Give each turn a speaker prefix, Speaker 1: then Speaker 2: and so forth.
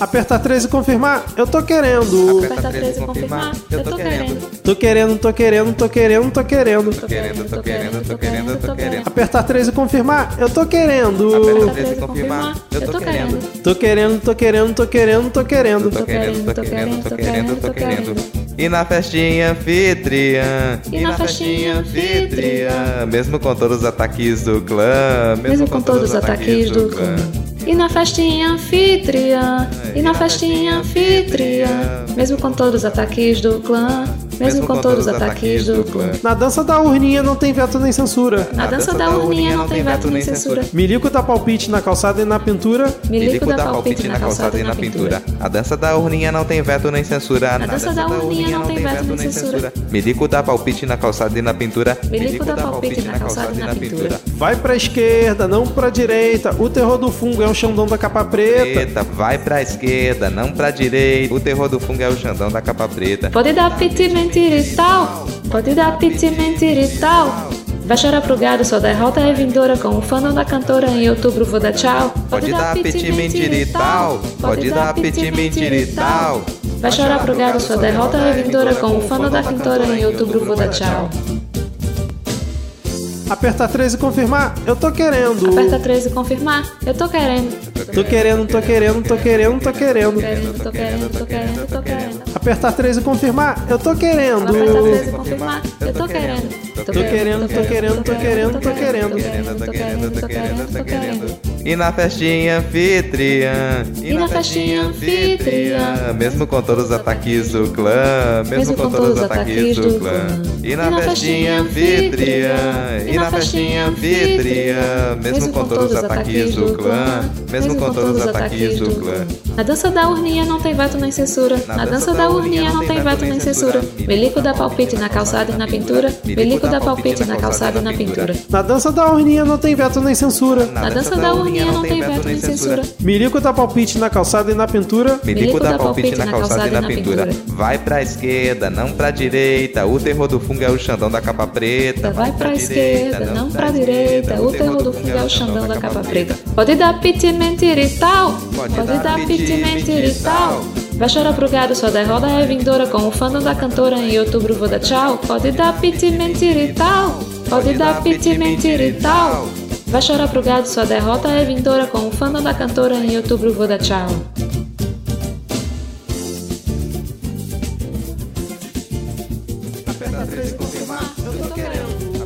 Speaker 1: Aperta 13 e confirmar, eu tô
Speaker 2: tá
Speaker 1: querendo.
Speaker 3: Aperta 13 e confirmar. Eu tô querendo.
Speaker 1: Tô querendo, tô querendo, tô querendo, tô querendo.
Speaker 3: Tô querendo, tô querendo, tô querendo, tô querendo.
Speaker 1: Aperta 13 e confirmar, eu tô querendo.
Speaker 3: Aperta 13 e confirmar. Eu tô querendo.
Speaker 1: Tô querendo, tô querendo, tô querendo, tô querendo.
Speaker 3: Tô querendo, tô querendo, tô querendo, tô querendo. E na festinha anfitriã,
Speaker 2: E na festinha anfitriã.
Speaker 3: mesmo com todos os ataques do clã,
Speaker 2: Mesmo com todos os ataques do clã. E na festinha anfitriã, e na festinha anfitriã, mesmo com todos os ataques do clã, mesmo com todos os ataques do clã.
Speaker 1: Na dança da urninha não tem veto nem censura.
Speaker 2: Na dança da urninha não tem veto nem censura.
Speaker 1: Milico dá palpite na calçada e na pintura.
Speaker 3: Milico dá palpite na calçada e na pintura. A dança da urninha não tem veto nem censura. Na
Speaker 2: dança da urninha não tem veto nem censura.
Speaker 3: Milico dá palpite na calçada e na pintura.
Speaker 2: Milico dá palpite na calçada e na pintura.
Speaker 1: Vai pra esquerda, não pra direita. O terror do fungo é o xandão da capa preta.
Speaker 3: Preta, vai pra esquerda, não pra direita. O terror do fungo é o Xandão da capa preta.
Speaker 2: Pode dar piti, mentira e tal. Pode dar piti, mentira e tal. Vai chorar pro gado, sua derrota é vindoura. Com o fandom da cantora, em outubro vou dar tchau.
Speaker 3: Pode dar piti, mentira e tal. Pode dar piti, mentira e tal.
Speaker 2: Vai chorar pro gado, sua derrota é vindoura. Com o fandom da cantora, em outubro vou dar tchau.
Speaker 1: Aperta 13 e confirmar, eu tô querendo.
Speaker 2: Aperta 13 e confirmar, eu tô querendo.
Speaker 1: Tô querendo, tô querendo, tô querendo, tô querendo.
Speaker 2: Querendo, tô querendo, tô querendo, tô querendo.
Speaker 1: Aperta 13 e confirmar, eu tô querendo.
Speaker 2: Aperta 13 e confirmar, eu tô querendo. Tô
Speaker 1: querendo, tô querendo, tô querendo, tô querendo.
Speaker 2: Tô querendo, tô querendo, tô querendo, tô querendo.
Speaker 3: E na festinha anfitriã.
Speaker 2: E na festinha anfitriã.
Speaker 3: Mesmo com todos os ataques do clã. Mesmo com todos os ataques do clã. E na festinha anfitriã. E na festinha anfitriã. Mesmo com todos os ataques do clã. Mesmo com todos os ataques do clã.
Speaker 2: Na dança da urninha não tem veto nem censura. Na dança da urninha não tem veto nem censura. Melico dá palpite na calçada e na pintura. Melico dá palpite na calçada e na pintura.
Speaker 1: Na dança da urninha não tem veto nem censura.
Speaker 2: Na dança da urninha não tem veto nem censura.
Speaker 1: Milico dá palpite na calçada e na pintura.
Speaker 3: Milico dá palpite na calçada e na pintura. Vai pra esquerda, não pra direita. O terror do fungo é o xandão da capa preta.
Speaker 2: Vai pra esquerda, não pra direita. O terror do fundo é o xandão da capa preta. Pode dar piti, mentira e tal. Pode dar piti, mentira e tal. Vai chorar pro gado, sua derrota é vindoura. Com o fandom da cantora, em outubro vou dar tchau. Pode dar piti, mentira e tal. Pode dar piti, mentira e tal. Vai chorar pro gado, sua derrota é vindoura. Com o fandom da cantora, em outubro vou dar tchau.
Speaker 1: Aperta 13 e confirmar, eu tô querendo.